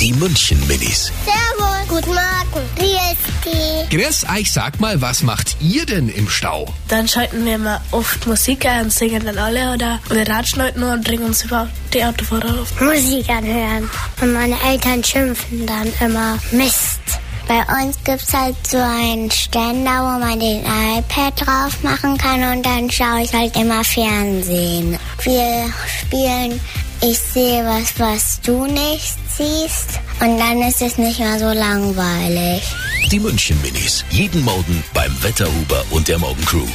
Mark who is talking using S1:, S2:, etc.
S1: Die München Minis.
S2: Servus. Guten Morgen. Wie ist die?
S1: Grüß euch, sag mal, was macht ihr denn im Stau?
S3: Dann schalten wir mal oft Musik ein und singen dann alle oder wir ratschen halt nur und regen uns über die Autofahrer auf.
S2: Musik anhören. Und meine Eltern schimpfen dann immer Mist. Bei uns gibt's halt so einen Ständer, wo man den iPad drauf machen kann und dann schaue ich halt immer Fernsehen. Wir spielen Ich sehe was, was du nicht siehst und dann ist es nicht mehr so langweilig.
S1: Die München Minis. Jeden Morgen beim Wetterhuber und der Morgencrew.